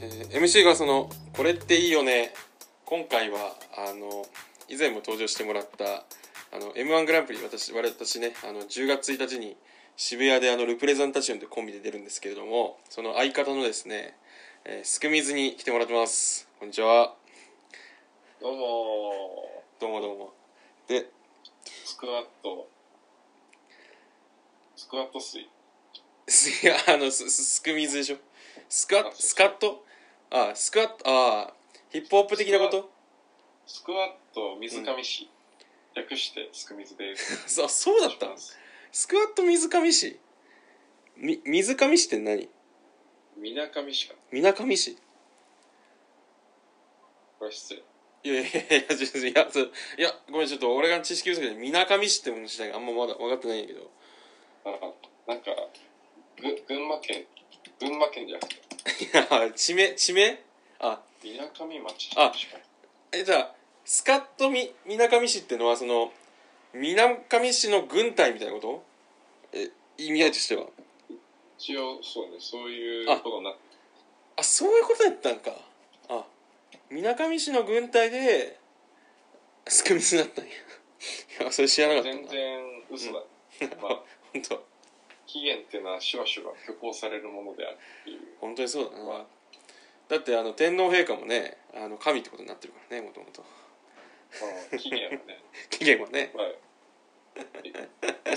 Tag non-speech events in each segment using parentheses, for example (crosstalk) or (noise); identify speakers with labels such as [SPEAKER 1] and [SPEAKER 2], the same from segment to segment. [SPEAKER 1] えー MC がその「これっていいよね」今回はあの以前も登場してもらったあの m 1グランプリ私私ねあの10月1日に渋谷であのルプレザンタチオンというコンビで出るんですけれどもその相方のですね、えー、すくみずに来てもらってますこんにちは
[SPEAKER 2] どうも
[SPEAKER 1] どうもどうもで
[SPEAKER 2] ースクワットスクワット水
[SPEAKER 1] すいやあのすすすくみずでしょスカッスカットあスクワットあーヒップホップ的なこと
[SPEAKER 2] スクワット水上市、略してスク水です
[SPEAKER 1] そそうだったんですスクワット水上市み水上市って何
[SPEAKER 2] みなかみ市か
[SPEAKER 1] みなかみ市
[SPEAKER 2] これ失礼
[SPEAKER 1] いやいやいやいやちょいやそういやごめんちょっと俺が知識不足でみなかみ市ってもの自体があんままだ分かってないんだけど
[SPEAKER 2] あなんかぐ群馬県群馬県じゃなくて
[SPEAKER 1] いや (laughs) 地名地名あ
[SPEAKER 2] みなかみ町
[SPEAKER 1] あ
[SPEAKER 2] 確か
[SPEAKER 1] えじゃあスカッとみみなかみ市ってのはそのみなかみ市の軍隊みたいなことえ意味合いとしては
[SPEAKER 2] 一応そうねそういう
[SPEAKER 1] あ
[SPEAKER 2] ことになって
[SPEAKER 1] あそういうことやったんかあみなかみ市の軍隊でスクミスだったんや (laughs) いやそれ知らなかったな
[SPEAKER 2] 全然嘘だ、
[SPEAKER 1] (laughs)
[SPEAKER 2] まあ
[SPEAKER 1] 本当
[SPEAKER 2] 期限っていうのはしばしば虚構されるものであるっていう
[SPEAKER 1] 本当にそうだな、
[SPEAKER 2] まあ
[SPEAKER 1] だってあの天皇陛下もねあの神ってことになってるからねもともと
[SPEAKER 2] まあ期限はね
[SPEAKER 1] 起源はね
[SPEAKER 2] はい。え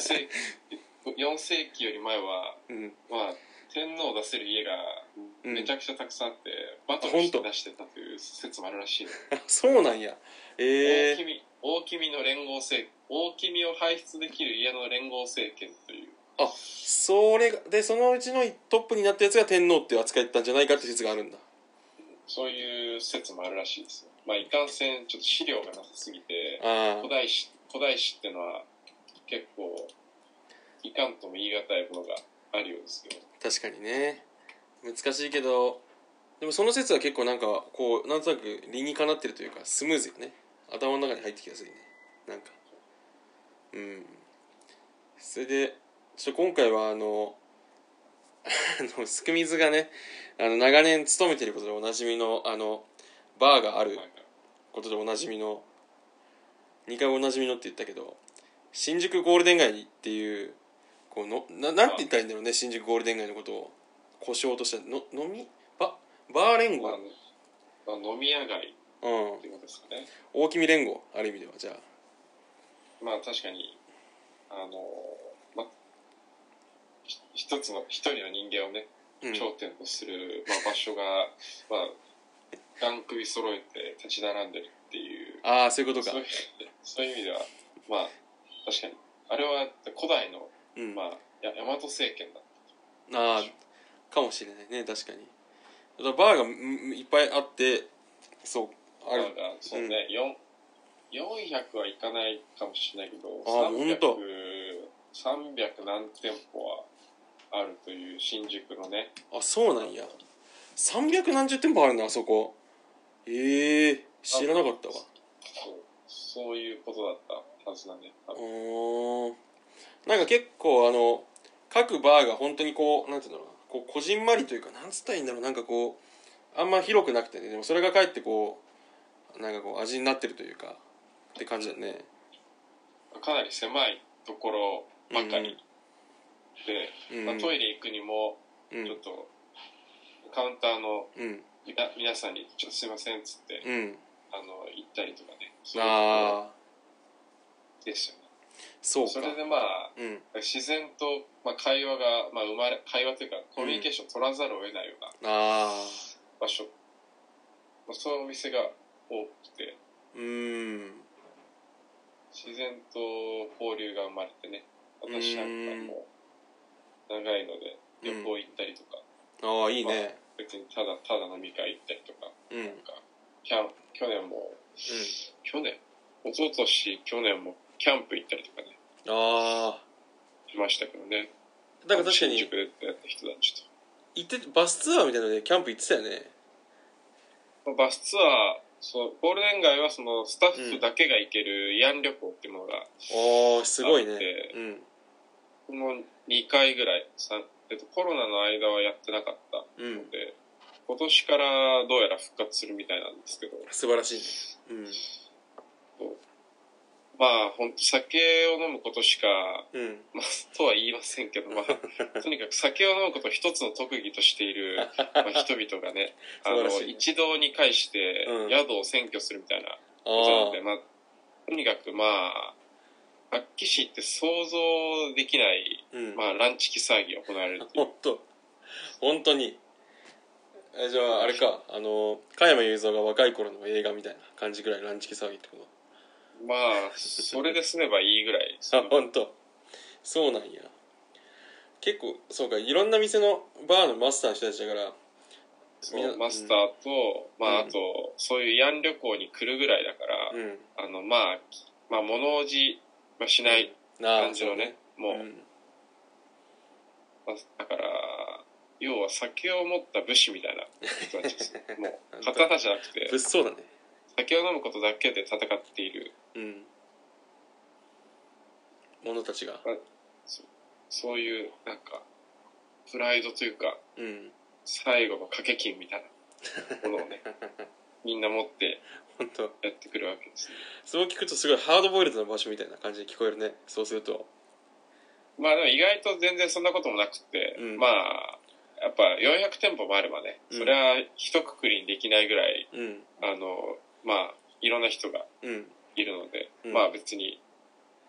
[SPEAKER 2] 世4世紀より前は、
[SPEAKER 1] うん (laughs)
[SPEAKER 2] まあ、天皇を出せる家が
[SPEAKER 1] うん
[SPEAKER 2] めちゃくちゃたくさんあって、バトルして出してたという説もあるらしいの、
[SPEAKER 1] あそうなんやえ
[SPEAKER 2] 大
[SPEAKER 1] え
[SPEAKER 2] 君大君の連合政大君を輩出できる家の連合政権という
[SPEAKER 1] あそれがでそのうちのトップになったやつが天皇っていう扱いだったんじゃないかって説があるんだ
[SPEAKER 2] そういう説もあるらしいですよまあいかんせんちょっと資料がなさすぎて
[SPEAKER 1] あ
[SPEAKER 2] 古
[SPEAKER 1] あ
[SPEAKER 2] 代史古代史ってのは結構いかんとも言い難いものがあるようですけど
[SPEAKER 1] 確かにね難しいけどでもその説は結構なんかこうなんとなく理にかなってるというかスムーズよね頭の中に入ってきやすいねなんかうんそれでちょっと今回はあのあのすくみずがねあの長年勤めてることでおなじみのあのバーがある
[SPEAKER 2] なんか
[SPEAKER 1] ことでおなじみの2回おなじみのって言ったけど新宿ゴールデン街っていうこうのななんて言ったらいいんだろうね新宿ゴールデン街のことを故障としての飲みババー連
[SPEAKER 2] まあ
[SPEAKER 1] 合、
[SPEAKER 2] まあ、飲み屋街
[SPEAKER 1] うん
[SPEAKER 2] っていうことですかね。
[SPEAKER 1] 大君連合ある意味ではじゃあ
[SPEAKER 2] まあ確かに、あのまあ、ひ一つの、一人の人間をね、
[SPEAKER 1] うん
[SPEAKER 2] 頂点とする、まあ、場所が、まあ、ランク揃えて立ち並んでるっていう、
[SPEAKER 1] ああそういうこと
[SPEAKER 2] そ
[SPEAKER 1] か
[SPEAKER 2] ういうそういう意味では、まあ、確かに、あれは古代の、
[SPEAKER 1] うん
[SPEAKER 2] まあ、や大和政権だっ
[SPEAKER 1] ああかもしれないね確かにだからバーがんんいっぱいあってそう
[SPEAKER 2] た
[SPEAKER 1] あ
[SPEAKER 2] の
[SPEAKER 1] る
[SPEAKER 2] が、そうね、四400はいかないかもしれないけど、
[SPEAKER 1] あほんと
[SPEAKER 2] 300、300何店舗はあるという新宿のね、
[SPEAKER 1] あそうなんや300何十店舗あるなあそこええ知らなかったわ
[SPEAKER 2] そうそういうことだったはずなんで、
[SPEAKER 1] うーんなんか結構あの各バーが本当にこうなんていうんだろうなこうこじんまりというかなんつったらいいんだろうなんかこうあんま広くなくてねでもそれがかえってこうなんかこう味になってるというかって感じだね
[SPEAKER 2] かなり狭いところばかりで、
[SPEAKER 1] うん
[SPEAKER 2] まあ、トイレ行くにも
[SPEAKER 1] う
[SPEAKER 2] ち
[SPEAKER 1] ん
[SPEAKER 2] ょっと、カウンターの
[SPEAKER 1] うん
[SPEAKER 2] みな皆さんに「ちょっとすいません」っつって、
[SPEAKER 1] うん
[SPEAKER 2] あの行ったりとかねそういうとこ
[SPEAKER 1] ああ
[SPEAKER 2] ろですよね
[SPEAKER 1] そうか
[SPEAKER 2] それでまあ
[SPEAKER 1] うん
[SPEAKER 2] 自然と、まあ、会話が、まあ、生まれ会話というかコミュニケーション取らざるを得ないような
[SPEAKER 1] ああ
[SPEAKER 2] 場所、まあ、そういうお店が多くて
[SPEAKER 1] うーん
[SPEAKER 2] 自然と交流が生まれてね私なんかも長いので
[SPEAKER 1] うん
[SPEAKER 2] 旅行行ったりとか、
[SPEAKER 1] ああいいね
[SPEAKER 2] 別にただただ飲み会行ったりとか
[SPEAKER 1] うんうん
[SPEAKER 2] なんかキャン去年も去年一昨年去年もキャンプ行ったりとかね
[SPEAKER 1] ああ
[SPEAKER 2] しましたけどね
[SPEAKER 1] だから確か
[SPEAKER 2] 新
[SPEAKER 1] に
[SPEAKER 2] 宿でやった人たちと、
[SPEAKER 1] 行ってバスツアーみたいなのでキャンプ行ってたよね
[SPEAKER 2] まあ、バスツアーそうゴールデン街はそのスタッフだけが行ける慰安旅行っていうものが、
[SPEAKER 1] ああすごいね
[SPEAKER 2] だって
[SPEAKER 1] うん
[SPEAKER 2] 僕も2回ぐらい、さんえっと、コロナの間はやってなかった
[SPEAKER 1] うん
[SPEAKER 2] ので、今年からどうやら復活するみたいなんですけど、
[SPEAKER 1] 素晴らしいね
[SPEAKER 2] まあ本当酒を飲むことしか、
[SPEAKER 1] うんうん
[SPEAKER 2] まあ、とは言いませんけど、
[SPEAKER 1] (laughs)
[SPEAKER 2] まあ、とにかく酒を飲むことを一つの特技としている、まあ、人々がね、
[SPEAKER 1] (laughs)
[SPEAKER 2] あ
[SPEAKER 1] 素晴ら
[SPEAKER 2] の
[SPEAKER 1] しいね
[SPEAKER 2] 一堂に会して
[SPEAKER 1] うん
[SPEAKER 2] 宿を占拠するみたいな
[SPEAKER 1] あ
[SPEAKER 2] ことなので、
[SPEAKER 1] あ
[SPEAKER 2] まあ、とにかくまあ、厚岸って想像できない、
[SPEAKER 1] うん
[SPEAKER 2] まあ、ランチキ騒ぎが行われ
[SPEAKER 1] (laughs)
[SPEAKER 2] るっていう。
[SPEAKER 1] 本当本当にえじゃああれかあの加山雄三が若い頃の映画みたいな感じぐらいランチキ騒ぎってこと
[SPEAKER 2] まあ、それで済めばいいぐら
[SPEAKER 1] (laughs)
[SPEAKER 2] いですね
[SPEAKER 1] あ本当そうなんや結構そうかいろんな店のバーのマスターの人たちだから
[SPEAKER 2] そ
[SPEAKER 1] みんな
[SPEAKER 2] うマスターと、まあ、
[SPEAKER 1] うん
[SPEAKER 2] あと、そういう慰安旅行に来るぐらいだから、
[SPEAKER 1] うん
[SPEAKER 2] あの、まあ、まあ、物おじ、まあ、しない
[SPEAKER 1] なあ
[SPEAKER 2] 感じのね、もう、
[SPEAKER 1] そうね
[SPEAKER 2] まあだから、要は酒を持った武士みたいな人た
[SPEAKER 1] (laughs)
[SPEAKER 2] ちですね。もう、刀じゃなく
[SPEAKER 1] うん
[SPEAKER 2] て、
[SPEAKER 1] 物騒だね
[SPEAKER 2] 酒を飲むことだけで戦っている、
[SPEAKER 1] うん者たちが
[SPEAKER 2] そういう、なんか、プライドというか、
[SPEAKER 1] うん (laughs)
[SPEAKER 2] 最後の掛け金みたいなものをね、みんな持って
[SPEAKER 1] 本当
[SPEAKER 2] やってくるわけですね。
[SPEAKER 1] そう聞くとすごいハードボイルドな場所みたいな感じで聞こえるねそうすると
[SPEAKER 2] まあでも意外と全然そんなこともなくて、
[SPEAKER 1] うん
[SPEAKER 2] まあ、やっぱ400店舗もあればね、
[SPEAKER 1] うん
[SPEAKER 2] それは一括りにできないぐらい、
[SPEAKER 1] うん
[SPEAKER 2] あの、まあ、いろんな人が
[SPEAKER 1] うん
[SPEAKER 2] いるので、
[SPEAKER 1] うん
[SPEAKER 2] まあ別に、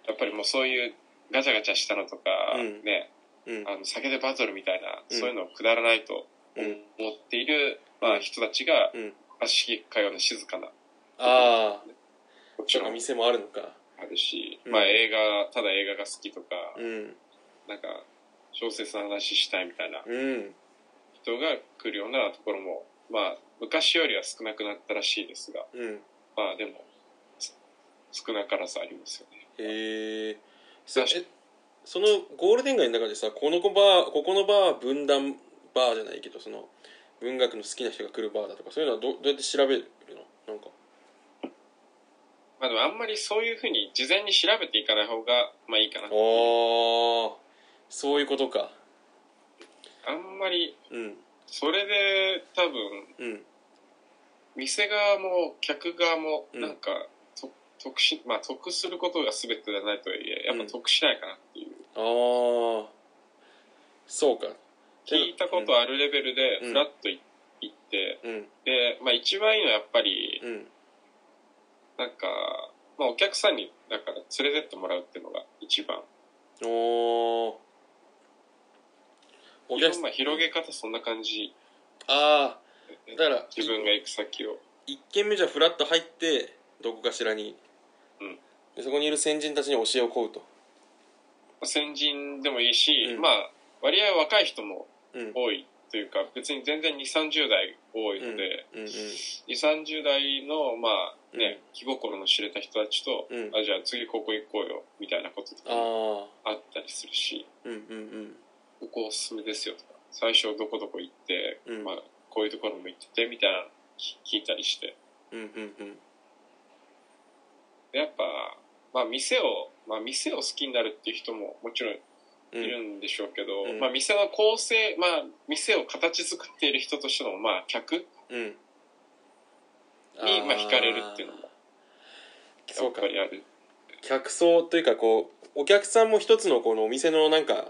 [SPEAKER 2] やっぱりもうそういうガチャガチャしたのとか、
[SPEAKER 1] うん
[SPEAKER 2] ね、
[SPEAKER 1] うん
[SPEAKER 2] あの酒でバトルみたいな、
[SPEAKER 1] うん
[SPEAKER 2] そういうのをくだらないと
[SPEAKER 1] うん
[SPEAKER 2] 思っている、
[SPEAKER 1] うん
[SPEAKER 2] まあ人たちが
[SPEAKER 1] うん、
[SPEAKER 2] 足しげく通うの静かな、
[SPEAKER 1] ああ
[SPEAKER 2] こっち
[SPEAKER 1] そうか
[SPEAKER 2] の方も
[SPEAKER 1] 店もあるのか
[SPEAKER 2] あるし、
[SPEAKER 1] うん
[SPEAKER 2] まあ映画、ただ映画が好きとか、
[SPEAKER 1] うん
[SPEAKER 2] なんか小説の話したいみたいな
[SPEAKER 1] うん
[SPEAKER 2] 人が来るようなところも、まあ昔よりは少なくなったらしいですが、
[SPEAKER 1] うん
[SPEAKER 2] まあでも、す少なからずありますよね。
[SPEAKER 1] へえそ
[SPEAKER 2] 確か
[SPEAKER 1] えそのゴールデン街の中でさこの子バーここのバーは分断バーじゃないけどその文学の好きな人が来るバーだとかそういうのはどどうやって調べるのなんか
[SPEAKER 2] まあでもあんまりそういうふうに事前に調べていかない方がまあいいかな
[SPEAKER 1] あ。あそういうことか
[SPEAKER 2] あんまり、
[SPEAKER 1] うん
[SPEAKER 2] それで多分、
[SPEAKER 1] うん
[SPEAKER 2] 店側も客側も、
[SPEAKER 1] うん
[SPEAKER 2] なんか、と得し、まあ得することが全てではないとはいえ、やっぱ得しないかなっていう。
[SPEAKER 1] ああそうか
[SPEAKER 2] 聞いたことあるレベルで、
[SPEAKER 1] うん
[SPEAKER 2] フラッとい行って、
[SPEAKER 1] うん
[SPEAKER 2] で、まあ一番いいのはやっぱり、
[SPEAKER 1] うん
[SPEAKER 2] なんか、まあお客さんに、だから連れてってもらうっていうのが一番。
[SPEAKER 1] おーお
[SPEAKER 2] い
[SPEAKER 1] 客
[SPEAKER 2] ろんな広げ方そんな感じ。
[SPEAKER 1] ああだから
[SPEAKER 2] 自分が行く先を。
[SPEAKER 1] 一軒目じゃフラッと入ってどこかしらに、
[SPEAKER 2] うん
[SPEAKER 1] でそこにいる先人たちに教えを請うと、
[SPEAKER 2] 先人でもいいし、
[SPEAKER 1] うん
[SPEAKER 2] まあ割合若い人も
[SPEAKER 1] うん、
[SPEAKER 2] 多いというか別に全然2 3 0代多いので、
[SPEAKER 1] うんうん
[SPEAKER 2] 2 3 0代のまあね、
[SPEAKER 1] う
[SPEAKER 2] 気心の知れた人たちと、
[SPEAKER 1] うん
[SPEAKER 2] あじゃあ次ここ行こうよみたいなこととかも
[SPEAKER 1] ああ
[SPEAKER 2] あったりするし
[SPEAKER 1] うんうんうん
[SPEAKER 2] ここおすすめですよとか最初どこどこ行って、
[SPEAKER 1] うん
[SPEAKER 2] まあ、こういうところも行っててみたいなの聞聞いたりして
[SPEAKER 1] うんうんうん
[SPEAKER 2] でやっぱ、まあ、店を、まあ、店を好きになるっていう人ももちろん
[SPEAKER 1] うん
[SPEAKER 2] いるんでしょうけど、
[SPEAKER 1] うん
[SPEAKER 2] まあ、店の構成、まあ、店を形作っている人としての、まあ、客に、
[SPEAKER 1] うん
[SPEAKER 2] まあ、惹かれるっていうのも
[SPEAKER 1] あー
[SPEAKER 2] や
[SPEAKER 1] そう
[SPEAKER 2] っ
[SPEAKER 1] か
[SPEAKER 2] ぱりある
[SPEAKER 1] 客層というかこうお客さんも一つのこのお店のなんか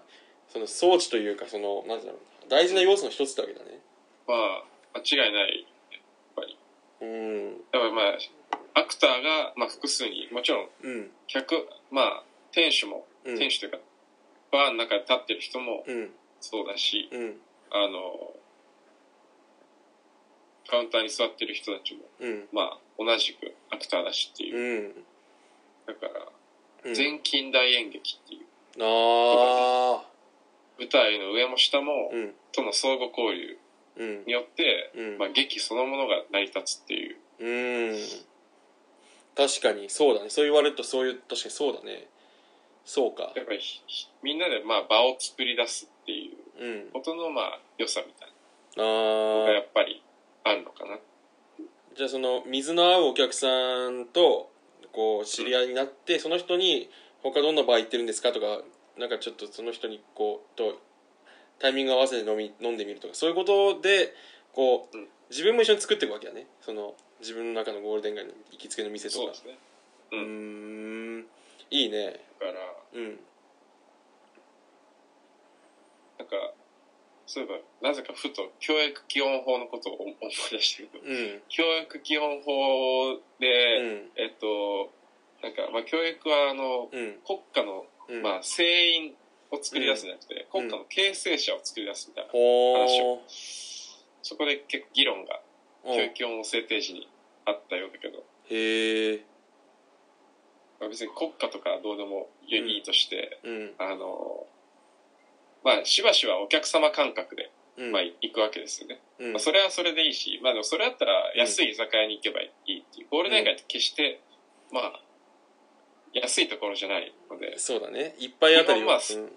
[SPEAKER 1] その装置というかそのなんだろう大事な要素の一つってわけだね
[SPEAKER 2] まあ間違いない
[SPEAKER 1] うん
[SPEAKER 2] だからまあアクターが、まあ、複数にもちろん
[SPEAKER 1] うん
[SPEAKER 2] 客まあ店主も、
[SPEAKER 1] うん
[SPEAKER 2] 店主というかバーの中で立ってる人も
[SPEAKER 1] うん
[SPEAKER 2] そうだし
[SPEAKER 1] うん
[SPEAKER 2] あのカウンターに座ってる人たちも
[SPEAKER 1] うん
[SPEAKER 2] まあ同じくアクターだしっていう、
[SPEAKER 1] うん
[SPEAKER 2] だから
[SPEAKER 1] うん
[SPEAKER 2] 全近代演劇っていう
[SPEAKER 1] ああ
[SPEAKER 2] 舞台の上も下も、
[SPEAKER 1] うん
[SPEAKER 2] との相互交流
[SPEAKER 1] うん
[SPEAKER 2] によって、
[SPEAKER 1] うん
[SPEAKER 2] まあ、劇そのものが成り立つっていう
[SPEAKER 1] うん確かにそうだねそう言われるとそういう確かにそうだねそうか
[SPEAKER 2] やっぱりひひみんなでまあ場を作り出すっていう
[SPEAKER 1] うん
[SPEAKER 2] ことのまあ良さみたい
[SPEAKER 1] あ
[SPEAKER 2] なのがや
[SPEAKER 1] ー
[SPEAKER 2] っぱりあるのかな
[SPEAKER 1] じゃあその水の合うお客さんとこう知り合いになって、その人に他どんなバー行ってるんですかとかなんかちょっとその人にこうとタイミング合わせて飲み飲んでみるとかそういうことでこう、
[SPEAKER 2] うん
[SPEAKER 1] 自分も一緒に作っていくわけだねその自分の中のゴールデン街の行きつけの店とか
[SPEAKER 2] そうですね
[SPEAKER 1] う
[SPEAKER 2] う
[SPEAKER 1] ーんいいね
[SPEAKER 2] だから
[SPEAKER 1] うん
[SPEAKER 2] なんかそういえばなぜかふと教育基本法のことを思い出してる
[SPEAKER 1] うん
[SPEAKER 2] 教育基本法で、
[SPEAKER 1] うん
[SPEAKER 2] えっとなんか、まあ、教育はあの
[SPEAKER 1] うん
[SPEAKER 2] 国家の、
[SPEAKER 1] うん
[SPEAKER 2] まあ、成員を作り出すんじゃなくて、
[SPEAKER 1] うん
[SPEAKER 2] 国家の形成者を作り出すみたいな、話
[SPEAKER 1] ほ
[SPEAKER 2] をそこで結構議論が
[SPEAKER 1] ーう
[SPEAKER 2] 教
[SPEAKER 1] ん
[SPEAKER 2] 育基本法制定時にあったようだけど、
[SPEAKER 1] へえ
[SPEAKER 2] まあ、別に国家とかはどうでもい
[SPEAKER 1] うん
[SPEAKER 2] いとして、
[SPEAKER 1] うん
[SPEAKER 2] あのまあしばしばお客様感覚で、
[SPEAKER 1] うん
[SPEAKER 2] まあ、行くわけですよね、
[SPEAKER 1] うん
[SPEAKER 2] まあ、それはそれでいいし、まあ、でもそれだったら安い居酒屋に行けばいいっていうゴールデン街って決して、まあ安いところじゃないので
[SPEAKER 1] そうだね一杯あたり
[SPEAKER 2] 基本まあ
[SPEAKER 1] うん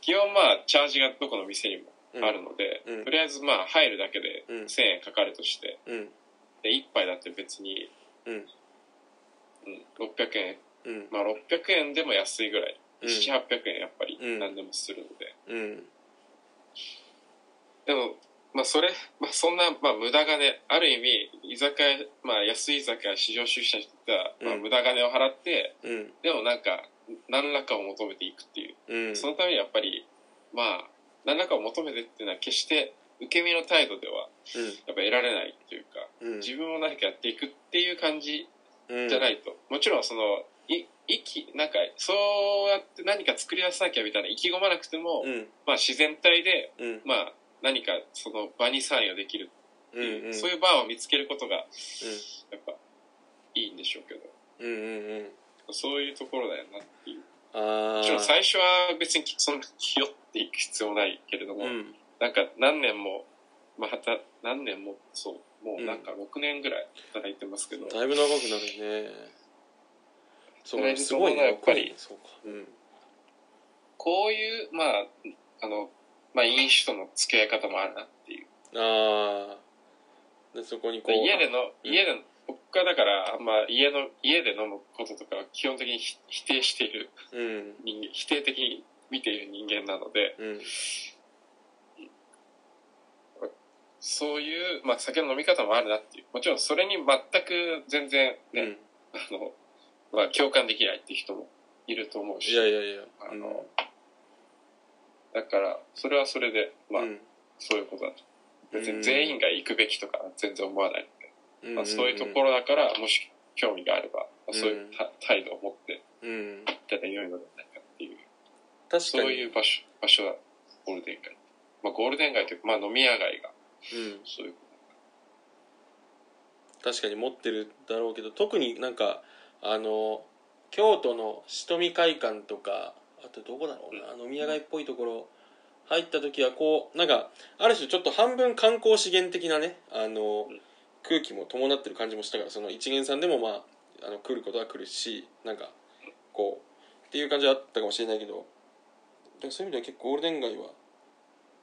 [SPEAKER 2] 基本まあチャージがどこの店にも
[SPEAKER 1] うん
[SPEAKER 2] あるので、
[SPEAKER 1] うん
[SPEAKER 2] とりあえずまあ入るだけで
[SPEAKER 1] うん
[SPEAKER 2] 1,000円かかるとして
[SPEAKER 1] うん
[SPEAKER 2] で1杯だって別に、
[SPEAKER 1] うん
[SPEAKER 2] うん、600円
[SPEAKER 1] うん
[SPEAKER 2] まあ600円でも安いぐらい、
[SPEAKER 1] うん
[SPEAKER 2] 7800円やっぱり
[SPEAKER 1] うん
[SPEAKER 2] 何でもするので、
[SPEAKER 1] うん
[SPEAKER 2] でもまあそれ、まあ、そんな、まあ、無駄金ある意味居酒屋、まあ、安い居酒屋市場出社してたら、まあ、
[SPEAKER 1] うん
[SPEAKER 2] 無駄金を払って
[SPEAKER 1] うん
[SPEAKER 2] でもなんか何らかを求めていくっていう
[SPEAKER 1] うん
[SPEAKER 2] そのためにやっぱりまあ何らかを求めてっていうのは決して受け身の態度ではやっぱ得られないというか
[SPEAKER 1] うん
[SPEAKER 2] 自分も何かやっていくっていう感じ
[SPEAKER 1] うん
[SPEAKER 2] じゃないと、もちろんそのい息なんかそうやって何か作り出さなきゃみたいな意気込まなくても、
[SPEAKER 1] うん
[SPEAKER 2] まあ、自然体で、
[SPEAKER 1] うん
[SPEAKER 2] まあ、何かその場に参与できるって
[SPEAKER 1] う
[SPEAKER 2] いう、
[SPEAKER 1] んうん
[SPEAKER 2] そういうバーを見つけることがやっぱいいんでしょうけど
[SPEAKER 1] うんうんうん
[SPEAKER 2] そういうところだよなっていう
[SPEAKER 1] あ
[SPEAKER 2] もちろん
[SPEAKER 1] あ
[SPEAKER 2] 最初は別にその気負っていく必要ないけれども、
[SPEAKER 1] うん
[SPEAKER 2] なんか何年も、まあ、はた何年もそうもうなんか6年ぐらい働いてますけど、
[SPEAKER 1] だいぶ長くなるねそう
[SPEAKER 2] だい
[SPEAKER 1] か
[SPEAKER 2] ぶ
[SPEAKER 1] すごいね
[SPEAKER 2] やっぱり
[SPEAKER 1] そうかうん
[SPEAKER 2] こういうまああの、まあ、飲酒との付き合い方もあるなっていう
[SPEAKER 1] ああでそこにこう
[SPEAKER 2] で家での
[SPEAKER 1] うん
[SPEAKER 2] 家での僕はだからあんま家の家で飲むこととかは基本的にひ否定している
[SPEAKER 1] うん
[SPEAKER 2] 人間否定的に見ている人間なので
[SPEAKER 1] うん
[SPEAKER 2] そういう、まあ、酒の飲み方もあるなっていうもちろんそれに全く全然
[SPEAKER 1] う
[SPEAKER 2] ね、
[SPEAKER 1] ん
[SPEAKER 2] あのまあ、共感できないっていう人もいると思うし
[SPEAKER 1] いやいやいや
[SPEAKER 2] あのだからそれはそれでまあ、
[SPEAKER 1] うん
[SPEAKER 2] そういうことだと別に全員が行くべきとか全然思わない、
[SPEAKER 1] うん
[SPEAKER 2] まあ、そういうところだからもし興味があれば、まあ、そういうた態度を持ってい
[SPEAKER 1] うん
[SPEAKER 2] ったら良いのではないかっていう
[SPEAKER 1] 確か
[SPEAKER 2] そう
[SPEAKER 1] に
[SPEAKER 2] いう場所場所だゴールデン街、まあ、ゴールデン街というか、まあ、飲み屋街が
[SPEAKER 1] うん
[SPEAKER 2] そういうこ
[SPEAKER 1] 確かに持ってるだろうけど特になんかあの京都の仕見会館とかあとどこだろうな飲み屋街っぽいところ入った時はこうなんかある種ちょっと半分観光資源的なねあの
[SPEAKER 2] うん
[SPEAKER 1] 空気も伴ってる感じもしたからその一元さんでもまああの来ることは来るしなんかこうっていう感じはあったかもしれないけどだからそういう意味では結構ゴールデン街は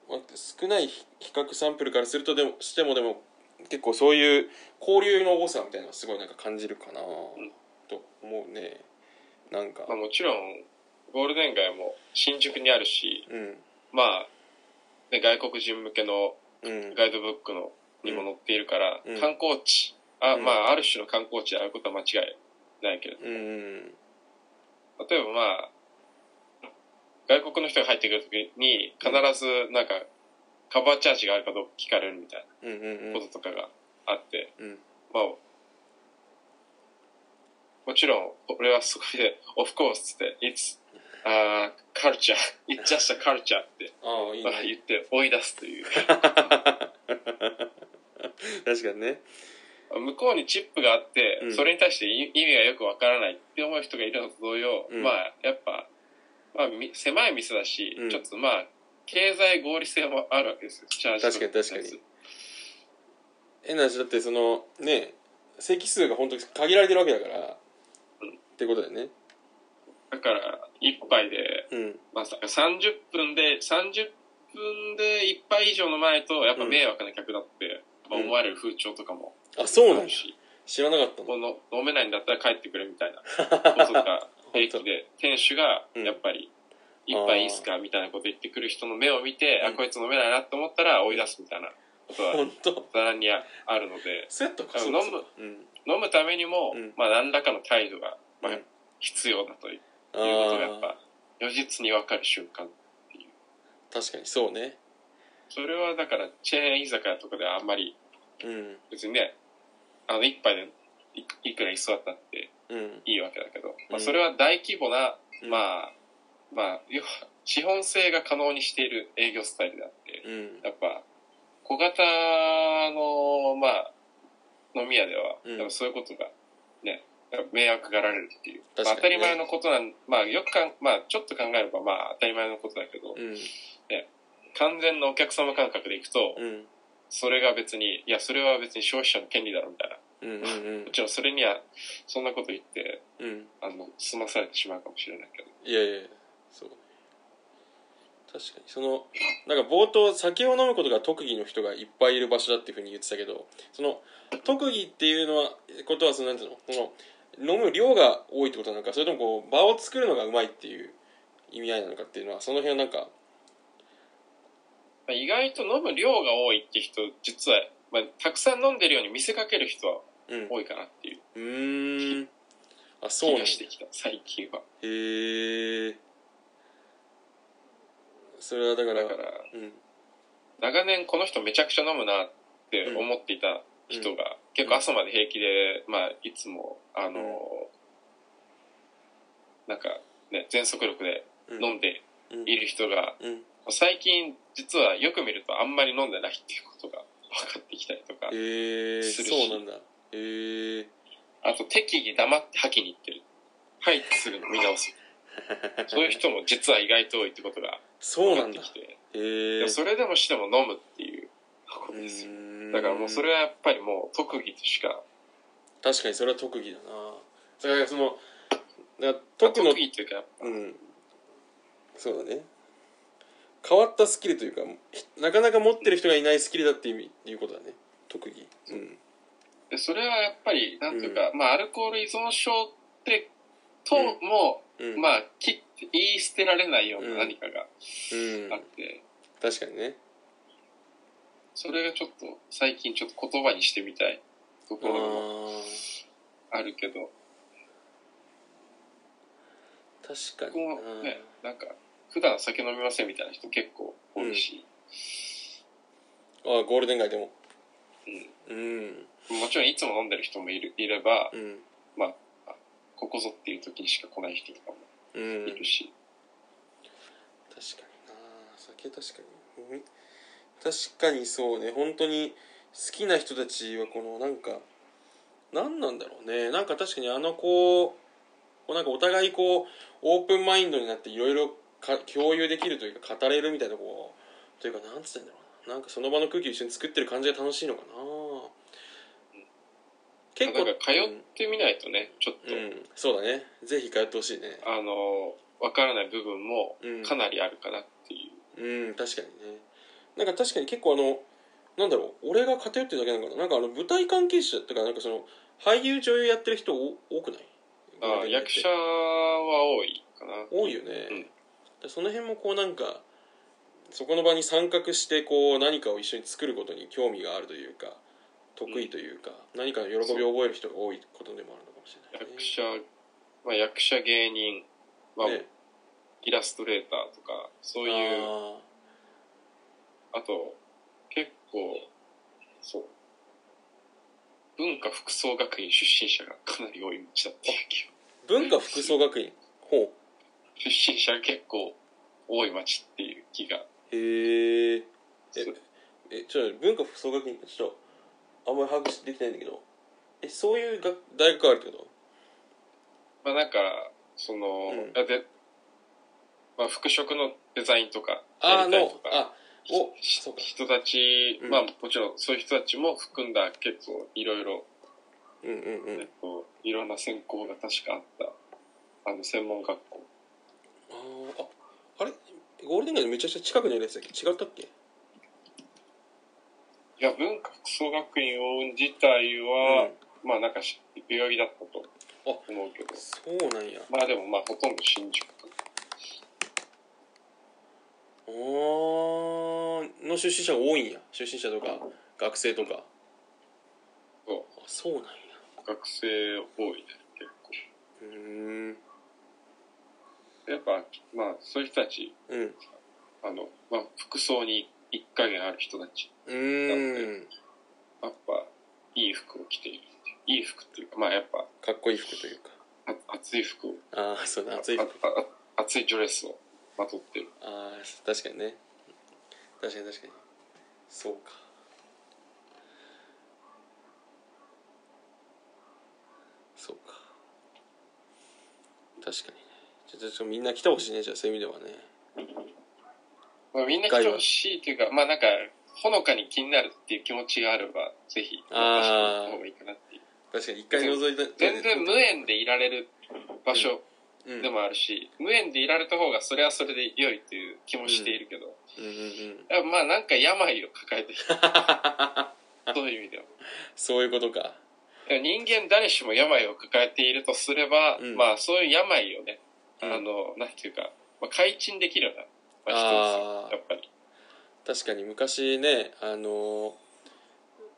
[SPEAKER 1] まあ少ない比比較サンプルからするとでもしてもでも結構そういう交流の多さみたいなのはすごいなんか感じるかなと思うねなんか
[SPEAKER 2] と、まあ、もちろんゴールデン街も新宿にあるし
[SPEAKER 1] うん
[SPEAKER 2] まあね外国人向けの
[SPEAKER 1] うん
[SPEAKER 2] ガイドブックのにも載っているから、
[SPEAKER 1] うん
[SPEAKER 2] 観光地あ、
[SPEAKER 1] うん
[SPEAKER 2] まあある種の観光地であることは間違いないけれど
[SPEAKER 1] うん
[SPEAKER 2] 例えばまあ外国の人が入ってくるときに必ずなんかカバーチャージがあるかどうか聞かれるみたい
[SPEAKER 1] うんうんうん
[SPEAKER 2] なこととかがあって、
[SPEAKER 1] うん
[SPEAKER 2] まあもちろん俺はそこで (laughs) 「オフコース」って「It's あカルチャー (laughs) It's just a culture」って
[SPEAKER 1] ああいい
[SPEAKER 2] ま
[SPEAKER 1] ね
[SPEAKER 2] (laughs) あ言って追い出すという
[SPEAKER 1] 確かにね
[SPEAKER 2] 向こうにチップがあって、
[SPEAKER 1] うん
[SPEAKER 2] それに対して意味がよくわからないって思う人がいるのと同様、
[SPEAKER 1] うん
[SPEAKER 2] まあやっぱ、まあ、み狭い店だし、
[SPEAKER 1] うん
[SPEAKER 2] ちょっとまあ経済合理性もあるわけですよチャージと
[SPEAKER 1] 確かに確かに変な話だってそのね席数が本当に限られてるわけだから、
[SPEAKER 2] うん
[SPEAKER 1] ってことだよね
[SPEAKER 2] だから1杯で、
[SPEAKER 1] うん
[SPEAKER 2] まあ、さ30分で30分で1杯以上飲まないとやっぱ迷惑な客だって、か思われる風潮とかも
[SPEAKER 1] あそう
[SPEAKER 2] あ
[SPEAKER 1] なん
[SPEAKER 2] る
[SPEAKER 1] だ
[SPEAKER 2] し、
[SPEAKER 1] 知らなかったの
[SPEAKER 2] この飲めないんだったら帰ってくれみた
[SPEAKER 1] (laughs)
[SPEAKER 2] いなことが平気で店主が
[SPEAKER 1] うん
[SPEAKER 2] やっぱり「一杯いいっすか?」みたいなこと言ってくる人の目を見て、
[SPEAKER 1] うん
[SPEAKER 2] あこいつ飲めないなと思ったら追い出すみたいなことは
[SPEAKER 1] 本当
[SPEAKER 2] ざらにあるので
[SPEAKER 1] そうやったか
[SPEAKER 2] あ
[SPEAKER 1] そ
[SPEAKER 2] の
[SPEAKER 1] うかそうか
[SPEAKER 2] 飲むためにも、
[SPEAKER 1] うん
[SPEAKER 2] まあ何らかの態度が、まあ
[SPEAKER 1] うん、
[SPEAKER 2] 必要だという
[SPEAKER 1] う
[SPEAKER 2] と
[SPEAKER 1] ん
[SPEAKER 2] いうことがやっ
[SPEAKER 1] あ
[SPEAKER 2] ぱ如実に分かる瞬間
[SPEAKER 1] ー確かにそうね
[SPEAKER 2] それはだからチェーン居酒屋とかではあんまり
[SPEAKER 1] うん
[SPEAKER 2] 別にねあの一杯でいいくら居座ったって
[SPEAKER 1] うん
[SPEAKER 2] いいわけだけど、
[SPEAKER 1] う
[SPEAKER 2] ま
[SPEAKER 1] ん
[SPEAKER 2] あ、それは大規模な、
[SPEAKER 1] うん
[SPEAKER 2] まあまあ要は資本性が可能にしている営業スタイルであって
[SPEAKER 1] うん
[SPEAKER 2] やっぱ小型のまあ飲み屋では、
[SPEAKER 1] うん
[SPEAKER 2] やっぱそういうことがねやっぱ迷惑がられるっていう、
[SPEAKER 1] 確
[SPEAKER 2] ま
[SPEAKER 1] かにね
[SPEAKER 2] あ、当たり前のことなんまあよくかんまあちょっと考えればまあ当たり前のことだけど、
[SPEAKER 1] うん
[SPEAKER 2] 完全なお客様感覚でいくと、
[SPEAKER 1] うん
[SPEAKER 2] それが別にいやそれは別に消費者の権利だろみたいな
[SPEAKER 1] うんうん
[SPEAKER 2] もちろんそれにはそんなこと言って
[SPEAKER 1] うんうん
[SPEAKER 2] あの済まされてしまうかもしれないけど
[SPEAKER 1] いやいやいやそう確かにそのなんか冒頭酒を飲むことが特技の人がいっぱいいる場所だっていうふうに言ってたけどその特技っていうのはことはそのなんていうのその飲む量が多いってことなのかそれともこう場を作るのがうまいっていう意味合いなのかっていうのはその辺はなんか
[SPEAKER 2] まあ意外と飲む量が多いって人実は、まあ、たくさん飲んでるように見せかける人は
[SPEAKER 1] うん
[SPEAKER 2] 多いかなっていう
[SPEAKER 1] うーんあそうな
[SPEAKER 2] 気
[SPEAKER 1] んだ
[SPEAKER 2] がしてきた最近は
[SPEAKER 1] へえそれはだから
[SPEAKER 2] だから
[SPEAKER 1] うん
[SPEAKER 2] 長年この人めちゃくちゃ飲むなって思っていた人が、結構朝まで平気で、まあ、いつもあの、
[SPEAKER 1] うん
[SPEAKER 2] なんかね全速力で
[SPEAKER 1] うん
[SPEAKER 2] 飲んで
[SPEAKER 1] うん
[SPEAKER 2] いる人が、
[SPEAKER 1] うん
[SPEAKER 2] 最近実はよく見るとあんまり飲んでないっていうことが分かってきたりとか
[SPEAKER 1] へえ
[SPEAKER 2] する
[SPEAKER 1] そ
[SPEAKER 2] し
[SPEAKER 1] うなんだへえ
[SPEAKER 2] あと適宜黙って吐きに行ってる吐いてすぐ飲み直すそういう人も実は意外と多いってことが
[SPEAKER 1] そう
[SPEAKER 2] 分
[SPEAKER 1] な
[SPEAKER 2] かっ
[SPEAKER 1] ん
[SPEAKER 2] て
[SPEAKER 1] だ
[SPEAKER 2] きて
[SPEAKER 1] へえ
[SPEAKER 2] でもそれでもしても飲むっていうことですよだからもうそれはやっぱりもう特技としか
[SPEAKER 1] 確かにそれは特技だなだからそのだから
[SPEAKER 2] 特
[SPEAKER 1] 特の
[SPEAKER 2] 技というか
[SPEAKER 1] うんそうだね変わったスキルというかひなかなか持ってる人がいないスキルだっていう意味いうことだね特技うん
[SPEAKER 2] でそれはやっぱりなんというか、まあアルコール依存症ってとも、
[SPEAKER 1] うん
[SPEAKER 2] まあ切って言い捨てられないよう
[SPEAKER 1] うん
[SPEAKER 2] な何かが
[SPEAKER 1] うん
[SPEAKER 2] あって、
[SPEAKER 1] 確かにね
[SPEAKER 2] それがちょっと最近ちょっと言葉にしてみたいと
[SPEAKER 1] あ
[SPEAKER 2] ころも
[SPEAKER 1] ー
[SPEAKER 2] あるけど
[SPEAKER 1] 確か
[SPEAKER 2] 僕
[SPEAKER 1] に
[SPEAKER 2] も
[SPEAKER 1] な
[SPEAKER 2] ねなんか普段酒飲みませんみたいな人結構多いし、
[SPEAKER 1] ああゴールデン街でも
[SPEAKER 2] うん
[SPEAKER 1] うん
[SPEAKER 2] もちろんいつも飲んでる人もいるいれば
[SPEAKER 1] うん
[SPEAKER 2] ここぞっていう時にしか来ない人とかも
[SPEAKER 1] うん
[SPEAKER 2] いるし、
[SPEAKER 1] 確かにな酒確かに、うん確かにそうね本当に好きな人たちはこのなんか何なんだろうねなんか確かにあの子こうなんかお互いこうオープンマインドになっていろいろか共有できるというか語れるみたいなこうというかなんつったらいいんだろうななんかその場の空気を一緒に作ってる感じが楽しいのかな結構
[SPEAKER 2] だから通ってみないとねちょっ
[SPEAKER 1] う
[SPEAKER 2] と、
[SPEAKER 1] ん、うんそうだねぜひ通ってほしいね
[SPEAKER 2] あのわからない部分も
[SPEAKER 1] うん
[SPEAKER 2] かなりあるかなっていう、
[SPEAKER 1] うん確かにねなんか確かに結構あのなんだろう俺が偏ってるだけなのかななんかあの舞台関係者とかなんかその俳優女優やってる人お多くない
[SPEAKER 2] ああ役者は多いかな
[SPEAKER 1] 多いよね、
[SPEAKER 2] うん
[SPEAKER 1] でその辺もこうなんかそこの場に参画してこう何かを一緒に作ることに興味があるというか得意というか、何かの喜びを覚える人が多いことでもあるのかもしれない、ね、
[SPEAKER 2] 役者、まあ、役者芸人、まあ
[SPEAKER 1] ね
[SPEAKER 2] イラストレーターとかそういう
[SPEAKER 1] あ
[SPEAKER 2] あと、結構、そう。文化服装学院出身者がかなり多い道だっていう気が
[SPEAKER 1] ー文化服装学院ほう
[SPEAKER 2] 出身者が結構多い町っていう気が。
[SPEAKER 1] へええ
[SPEAKER 2] そう
[SPEAKER 1] えちょっと文化服装学院ちょっとあんまり把握できてないんだけどえそういう学大学があるってこと
[SPEAKER 2] まあなんか、その、
[SPEAKER 1] うん
[SPEAKER 2] あで、まあ服飾のデザインとか
[SPEAKER 1] あ
[SPEAKER 2] や
[SPEAKER 1] あ
[SPEAKER 2] りた
[SPEAKER 1] の
[SPEAKER 2] いとか、
[SPEAKER 1] あおそうか
[SPEAKER 2] 人たち、
[SPEAKER 1] うん
[SPEAKER 2] まあもちろんそういう人たちも含んだ結構いろいろ、
[SPEAKER 1] うんうんう
[SPEAKER 2] えっ
[SPEAKER 1] ん
[SPEAKER 2] と、いろんな専攻が確かあった、あの、専門学校。
[SPEAKER 1] あーああれゴールデン街のめちゃくちゃ近くにあるやつだっけ違ったっけ
[SPEAKER 2] いいや文化服装学院応援自体は、まあなんかし代々木だったと思うけど
[SPEAKER 1] そうなんや
[SPEAKER 2] まあでもまあほとんど新宿
[SPEAKER 1] おーの出身者が多いんや出身者とか学生とか
[SPEAKER 2] そ
[SPEAKER 1] あそうなんや
[SPEAKER 2] 学生多いね結
[SPEAKER 1] うーん
[SPEAKER 2] 構やっぱまあそういう人たち
[SPEAKER 1] うん
[SPEAKER 2] あの、まあ、服装に一加減ある人たち
[SPEAKER 1] うーん
[SPEAKER 2] やっぱいい服を着ているいい服っていうかまあやっぱ
[SPEAKER 1] かっこいい服というか
[SPEAKER 2] あ暑い服を
[SPEAKER 1] ああそうだ暑い服
[SPEAKER 2] ああ暑いドレスをまとってる
[SPEAKER 1] ああ確かにね確かに確かにそうかそうか確かにねちょちょちょみんな来てほしいねじゃあそういう意味ではね
[SPEAKER 2] まあ、みんな来てほしいというか、まあなんか、ほのかに気になるっていう気持ちがあれば、ぜひ、私
[SPEAKER 1] あー
[SPEAKER 2] の方がいいかなっていう。
[SPEAKER 1] 確かに一回覗いた
[SPEAKER 2] 全然無縁でいられる場所
[SPEAKER 1] うん
[SPEAKER 2] でもあるし、無縁でいられた方がそれはそれで良いっていう気もしているけど、
[SPEAKER 1] うんうんうん (laughs)
[SPEAKER 2] やっぱまあなんか病を抱えてるそういう意味では。
[SPEAKER 1] そういうことか
[SPEAKER 2] でも人間誰しも病を抱えているとすれば、
[SPEAKER 1] うん
[SPEAKER 2] まあそういう病をね、あ
[SPEAKER 1] うん
[SPEAKER 2] の、なんていうか、まあ、解禁できるような、ま
[SPEAKER 1] あ
[SPEAKER 2] あ、
[SPEAKER 1] ー
[SPEAKER 2] 人ですよやっぱり。
[SPEAKER 1] 確かに昔ねあの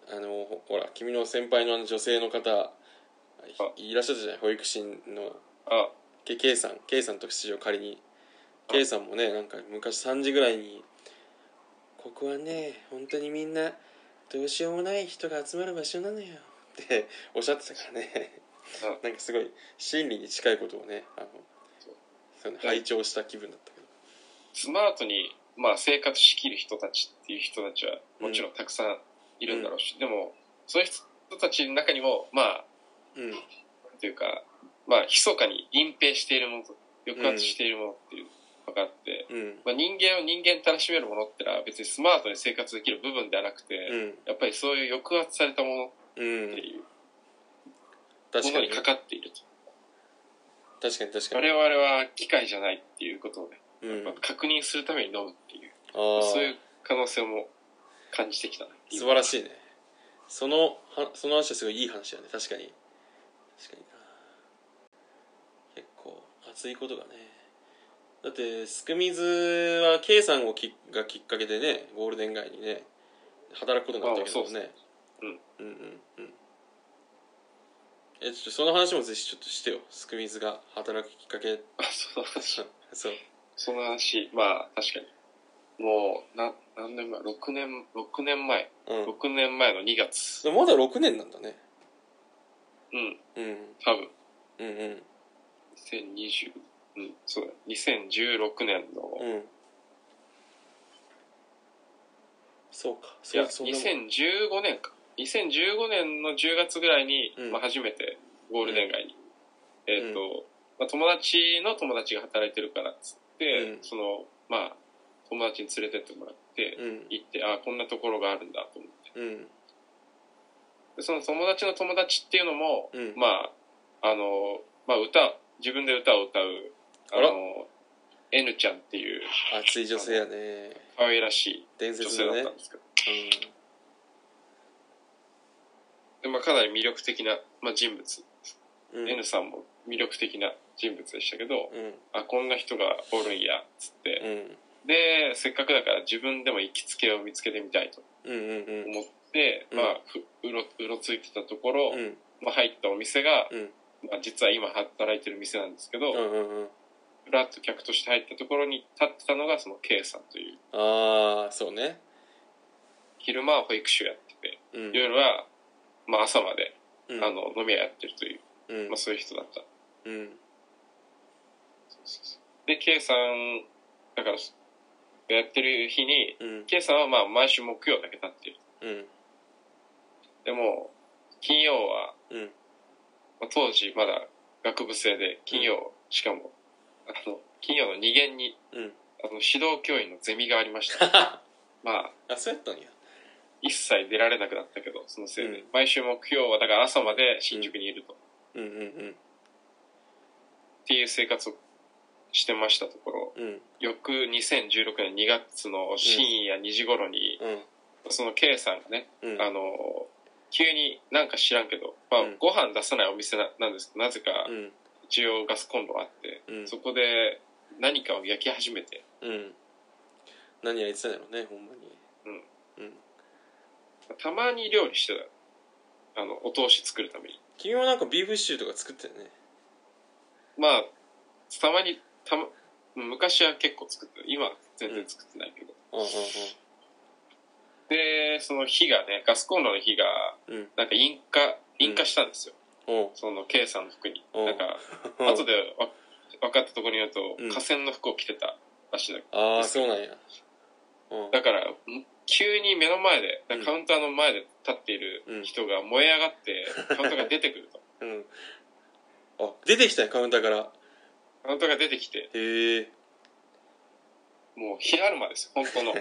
[SPEAKER 1] あのほほら君の先輩のあの女性の方いいらっしゃったじゃない保育士の
[SPEAKER 2] あ、
[SPEAKER 1] け K さん K さんと出場仮に K さんもねなんか昔3時ぐらいに「ここはね本当にみんなどうしようもない人が集まる場所なのよ」っておっしゃってたからね
[SPEAKER 2] あ
[SPEAKER 1] なんかすごい心理に近いことをねあの
[SPEAKER 2] そう
[SPEAKER 1] そうね拝聴した気分だったけど
[SPEAKER 2] スマートに、まあ、生活しきる人たちっていう人たちはもちろんたくさんいるんだろうし、でもそういう人たちの中にもま
[SPEAKER 1] うん
[SPEAKER 2] あというかまあ密かに隠蔽しているものと抑圧しているものっていうのがあって、
[SPEAKER 1] うん
[SPEAKER 2] まあ、人間を人間たらしめるものってのは別にスマートに生活できる部分ではなくて、
[SPEAKER 1] うん
[SPEAKER 2] やっぱりそういう抑圧されたも
[SPEAKER 1] う
[SPEAKER 2] のって
[SPEAKER 1] ん
[SPEAKER 2] いう
[SPEAKER 1] 確
[SPEAKER 2] も
[SPEAKER 1] か
[SPEAKER 2] の
[SPEAKER 1] に
[SPEAKER 2] にかかっていると、
[SPEAKER 1] 確かに確かに
[SPEAKER 2] 我々は機械じゃないっていうことをね、
[SPEAKER 1] うん
[SPEAKER 2] まあ確認するために飲むっていう、
[SPEAKER 1] あー
[SPEAKER 2] そういう可能性も感じてきた
[SPEAKER 1] 素晴ら
[SPEAKER 2] い
[SPEAKER 1] しいねそのはその話はすごいいい話だね確かに確かにな結構熱いことがねだってすくみずは K さんをきがきっかけでねゴールデン街にね働くことになったわけど
[SPEAKER 2] あそ
[SPEAKER 1] ね
[SPEAKER 2] そううん
[SPEAKER 1] うんうんうんえちょっとその話もぜひちょっとしてよすくみずが働くきっかけ (laughs)
[SPEAKER 2] あ (laughs) そうだ
[SPEAKER 1] そう
[SPEAKER 2] その話、まあ確かに。もう、な、何年前 ?6 年、6年前。
[SPEAKER 1] うん
[SPEAKER 2] 6年前の2月。
[SPEAKER 1] でもまだ6年なんだね
[SPEAKER 2] うん、
[SPEAKER 1] うん
[SPEAKER 2] 多分。
[SPEAKER 1] うんうん
[SPEAKER 2] 2020、うん、そうだ。2016年の、
[SPEAKER 1] うんそうか
[SPEAKER 2] い
[SPEAKER 1] そ
[SPEAKER 2] や、
[SPEAKER 1] うそんなもん
[SPEAKER 2] 2015年か。2015年の10月ぐらいに、
[SPEAKER 1] うん
[SPEAKER 2] まあ初めてゴールデン街に。えっ、と、
[SPEAKER 1] う
[SPEAKER 2] まあ友達の友達が働いてるからっつって、
[SPEAKER 1] うん
[SPEAKER 2] その、まあ、友達に連れてってもらって、
[SPEAKER 1] うん
[SPEAKER 2] 行って、ああ、こんなところがあるんだと思って。
[SPEAKER 1] うん
[SPEAKER 2] でその友達の友達っていうのも、
[SPEAKER 1] うん
[SPEAKER 2] まああの、まあ、歌自分で歌を歌うあ
[SPEAKER 1] あら
[SPEAKER 2] の N ちゃんっていう
[SPEAKER 1] 熱い女性やね
[SPEAKER 2] 可愛らし
[SPEAKER 1] 伝
[SPEAKER 2] い女
[SPEAKER 1] 説
[SPEAKER 2] 性
[SPEAKER 1] の
[SPEAKER 2] だ
[SPEAKER 1] ね
[SPEAKER 2] っ
[SPEAKER 1] う
[SPEAKER 2] たんですけど、でまあ、かなり魅力的な、まあ、人物、
[SPEAKER 1] んうん
[SPEAKER 2] N さんも魅力的な人物でしたけど、
[SPEAKER 1] うん
[SPEAKER 2] あこんな人がおるんやっつって、
[SPEAKER 1] うん
[SPEAKER 2] でせっかくだから自分でも行きつけを見つけてみたいと
[SPEAKER 1] うんうんうん
[SPEAKER 2] 思って、
[SPEAKER 1] うん
[SPEAKER 2] まあ、ふうろうろついてたところ、
[SPEAKER 1] うん
[SPEAKER 2] まあ、入ったお店が、
[SPEAKER 1] うん
[SPEAKER 2] まあ、実は今働いてる店なんですけど、
[SPEAKER 1] うんうんうん
[SPEAKER 2] ふらっと客として入ったところに立ってたのがその K さんという
[SPEAKER 1] ああそうね
[SPEAKER 2] 昼間は保育士をやってて
[SPEAKER 1] うん
[SPEAKER 2] 夜はまあ朝まで
[SPEAKER 1] うん
[SPEAKER 2] あの飲み屋やってるという、
[SPEAKER 1] うん
[SPEAKER 2] まあ、そういう人だった
[SPEAKER 1] うん
[SPEAKER 2] で K さんだからやってる日に
[SPEAKER 1] うん
[SPEAKER 2] K さんはまあ毎週木曜だけ立ってる
[SPEAKER 1] うん
[SPEAKER 2] でも金曜は、
[SPEAKER 1] うん
[SPEAKER 2] まあ、当時まだ学部生で金曜しかもあの金曜の2限に
[SPEAKER 1] うん (laughs)
[SPEAKER 2] あの指導教員のゼミがありましたまあ
[SPEAKER 1] あそうやったんや
[SPEAKER 2] 一切出られなくなったけどそのせいで、
[SPEAKER 1] うん
[SPEAKER 2] 毎週木曜はだから朝まで新宿にいると、っ
[SPEAKER 1] うんうん
[SPEAKER 2] ていう生活をしてましたところ
[SPEAKER 1] うんうん
[SPEAKER 2] 翌2016年2月の深夜2時頃に、
[SPEAKER 1] うん
[SPEAKER 2] その K さんがね、
[SPEAKER 1] うん
[SPEAKER 2] あの急になんか知らんけど、まあ
[SPEAKER 1] うん
[SPEAKER 2] ご飯出さないお店ななんですけどなぜか
[SPEAKER 1] うん
[SPEAKER 2] 一応ガスコンロがあって、
[SPEAKER 1] うん
[SPEAKER 2] そこで何かを焼き始めて
[SPEAKER 1] うん何やってたんやろうねほんまにうん
[SPEAKER 2] たまに料理してたあのお通し作るために
[SPEAKER 1] 君はなんかビーフシチューとか作ってたよね
[SPEAKER 2] まあたまにた、ま、昔は結構作ってた今は全然作ってないけど、
[SPEAKER 1] うんうん
[SPEAKER 2] でその火がねガスコンロの火が
[SPEAKER 1] うんうん
[SPEAKER 2] なんか引火引火したんですよ、
[SPEAKER 1] おう
[SPEAKER 2] その K さんの服に
[SPEAKER 1] うん
[SPEAKER 2] なんか後でわ分かったところによると、
[SPEAKER 1] うん
[SPEAKER 2] 河川の服を着てたらしいんだけ
[SPEAKER 1] ああそうなんやうん
[SPEAKER 2] どだからん急に目の前でだからカウンターの前で立っている人が燃え上が
[SPEAKER 1] (laughs)
[SPEAKER 2] って、カウンターが出てくると
[SPEAKER 1] うんあ出てきたよカウンターから
[SPEAKER 2] カウンターが出てきて
[SPEAKER 1] へえ
[SPEAKER 2] もう火だるまですよ本
[SPEAKER 1] (laughs)
[SPEAKER 2] 当の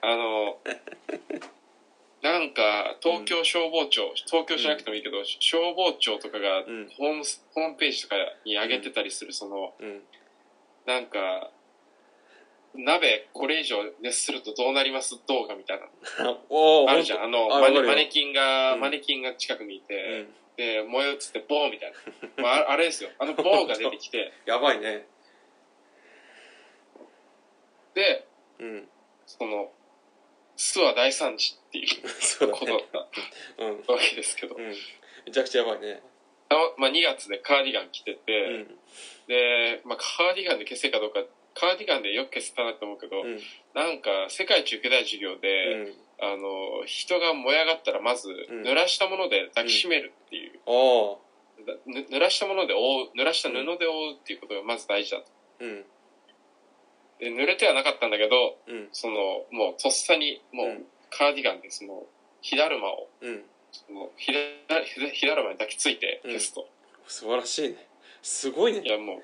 [SPEAKER 2] あのなんか東京消防庁、東京じゃなくてもいいけど、消防庁とかが
[SPEAKER 1] うん
[SPEAKER 2] ホームスホームページとかに上げてたりするその
[SPEAKER 1] うん
[SPEAKER 2] なんか鍋これ以上熱するとどうなります動画みたいな
[SPEAKER 1] おお
[SPEAKER 2] あるじゃん。あの、
[SPEAKER 1] あわ
[SPEAKER 2] マ
[SPEAKER 1] か
[SPEAKER 2] ネ
[SPEAKER 1] るよ
[SPEAKER 2] マネキンが、
[SPEAKER 1] うん
[SPEAKER 2] マネキンが近くにいうて、
[SPEAKER 1] ん
[SPEAKER 2] で、燃え移って、ボーンみたいな。まあ、あれ (laughs) ですよ。あのボーンが出てきて、
[SPEAKER 1] やばいね
[SPEAKER 2] で、
[SPEAKER 1] うん (laughs)
[SPEAKER 2] その、巣は大惨事っていう
[SPEAKER 1] そう
[SPEAKER 2] こと
[SPEAKER 1] だ
[SPEAKER 2] だ
[SPEAKER 1] ね
[SPEAKER 2] っ
[SPEAKER 1] うん
[SPEAKER 2] たわけですけど、
[SPEAKER 1] うんめちゃくちゃやばいね
[SPEAKER 2] あのまあ、2月でカーディガン着て
[SPEAKER 1] う
[SPEAKER 2] て、
[SPEAKER 1] ん
[SPEAKER 2] で、まあ、カーディガンで消せるかどうか、カーディガンでよく消せたなと思うけど、
[SPEAKER 1] うん
[SPEAKER 2] なんか、世界一受けたい授業で、
[SPEAKER 1] うん
[SPEAKER 2] あの、人が燃え上がったら、まず、
[SPEAKER 1] ん
[SPEAKER 2] 濡らしたもので抱きしめるっていう、
[SPEAKER 1] ああ
[SPEAKER 2] だぬ濡らしたもので覆う、濡らした布で覆うっていうことがまず大事だと。
[SPEAKER 1] うん
[SPEAKER 2] で濡れてはなかったんだけど
[SPEAKER 1] うん
[SPEAKER 2] そのもうとっさにもう
[SPEAKER 1] うん
[SPEAKER 2] カーディガンでその火だるまを
[SPEAKER 1] うん
[SPEAKER 2] その火だ火だ火だるまに抱きついて
[SPEAKER 1] うん
[SPEAKER 2] 消すと、
[SPEAKER 1] 素晴らしいねすごい
[SPEAKER 2] い
[SPEAKER 1] ね
[SPEAKER 2] やもう